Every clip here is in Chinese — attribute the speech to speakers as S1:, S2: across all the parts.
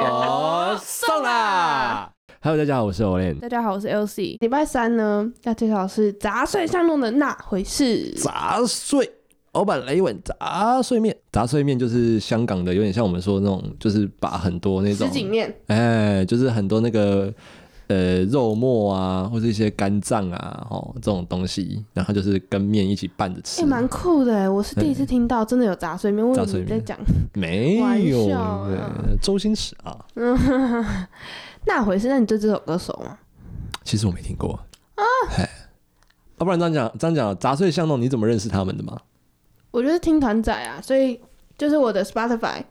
S1: 哦，送啦！Hello，大家好，我是 Olen。
S2: 大家好，我是 LC。礼拜三呢，要介绍的是杂碎巷弄的那回事。
S1: 杂碎，老板雷文杂碎面，杂碎面就是香港的，有点像我们说那种，就是把很多那种
S2: 什锦面，
S1: 哎，就是很多那个呃肉末啊，或者一些肝脏啊，哦这种东西，然后就是跟面一起拌着吃
S2: 哎，。蛮酷的哎，我是第一次听到真的有杂碎面，我以为
S1: 杂碎
S2: 你
S1: 面
S2: 在讲
S1: 没有
S2: 玩笑啊，
S1: 对周星驰啊，
S2: 那回事。那你对这首歌熟吗？
S1: 其实我没听过啊。嘿要不然这样讲，这样讲，杂碎巷弄你怎么认识他们的嘛？
S2: 我就是听团仔啊，所以就是我的 Spotify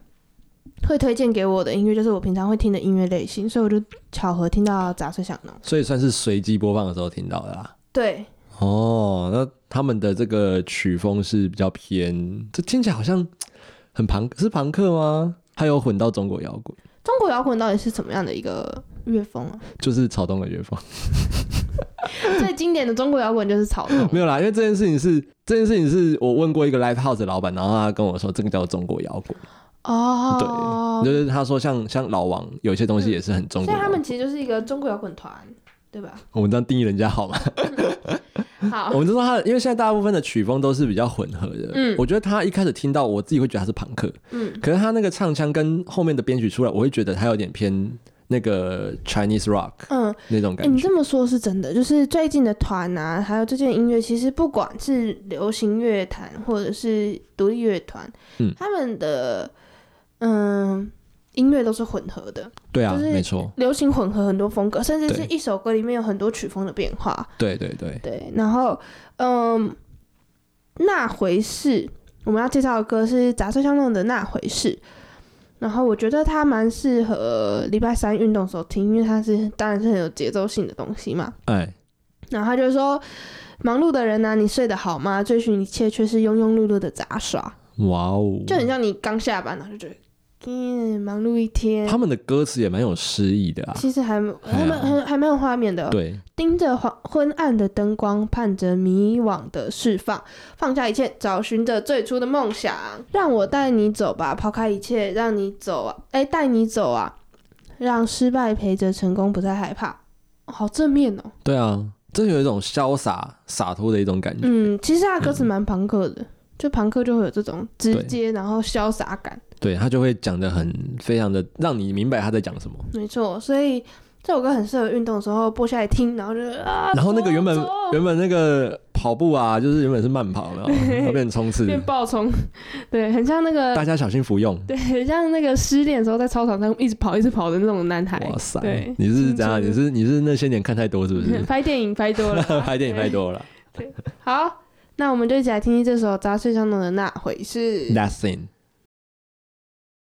S2: 会推荐给我的音乐，就是我平常会听的音乐类型，所以我就巧合听到杂碎巷弄。
S1: 所以算是随机播放的时候听到的啦。
S2: 对，
S1: 哦，那他们的这个曲风是比较偏，这听起来好像很朋，是朋克吗？还有混到中国摇滚，
S2: 中国摇滚到底是怎么样的一个乐风啊？
S1: 就是草东的乐风。
S2: 最经典的中国摇滚就是草东。
S1: 没有啦，因为这件事情是这件事情是我问过一个 live house 的老板，然后他跟我说这个叫中国摇滚，
S2: 哦，嗯
S1: 就是他说像像老王有些东西也是很中
S2: 所以
S1: 国摇
S2: 他
S1: 滚。
S2: 们其实就是一个中国摇滚团，对吧？
S1: 我们这样定义人家好吗？
S2: 好
S1: 嗯我，们就说他，因为现在大部分的曲风都是比较混合的。
S2: 嗯
S1: 我觉得他一开始听到，我自己会觉得他是朋克，
S2: 嗯，
S1: 可是他那个唱腔跟后面的编曲出来，我会觉得他有点偏那个 Chinese rock
S2: 嗯，
S1: 那种
S2: 哎、
S1: 感
S2: 你
S1: 觉。
S2: 这么说是真的，就是最近的团啊，还有最近的音乐，其实不管是流行乐坛或者是独立乐团，
S1: 嗯
S2: 他们的嗯音乐都是混合的，
S1: 对啊，
S2: 嗯就是
S1: 没错，
S2: 流行混合很多风格，甚至是
S1: 对
S2: 一首歌里面有很多曲风的变化。
S1: 对对对，
S2: 对，然后嗯，那回事我们要介绍的歌是杂碎相弄的那回事。然后我觉得它蛮适合礼拜三运动的时候听，因为它是当然是很有节奏性的东西嘛。
S1: 哎，
S2: 然后他就说：“忙碌的人呐、你睡得好吗？追寻一切却是庸庸碌碌的杂耍，
S1: 哇哦，
S2: 就很像你刚下班，然后就觉得，嗯，忙碌一天
S1: 他。们的歌词也蛮有诗意的啊。
S2: 其实还还蛮
S1: 哎
S2: 很还蛮有画面的哦、
S1: 对，
S2: 盯着黄昏暗的灯光，盼着迷惘的释放，放下一切，找寻着最初的梦想。让我带你走吧，抛开一切，让你走啊！哎，带你走啊！让失败陪着成功，不再害怕。哦好正面哦。
S1: 对啊，真的有一种潇洒洒脱的一种感觉。
S2: 嗯，其实他的歌词蛮朋克
S1: 嗯
S2: 的，就朋克就会有这种直接然后潇洒感，
S1: 对他就会讲的很非常的让你明白他在讲什么。
S2: 没错。所以这首歌很适合运动的时候播下来听，然后就啊，
S1: 然后那个
S2: 走
S1: 原本
S2: 走
S1: 原本那个跑步啊，就是原本是慢跑，然 后然后变成冲刺。
S2: 变爆冲，对，很像那个
S1: 大家小心服用。
S2: 对，很像那个失恋的时候在操场上一直跑一直跑的那种男孩，
S1: 哇塞
S2: 对，
S1: 你是怎样？
S2: 青春？
S1: 你是你是那些年看太多是不是，
S2: 拍电影拍多了 啊
S1: 拍电影拍多了。
S2: 对。好，那我们就一起来听听这首《杂碎相弄的那回事》。
S1: Nothing。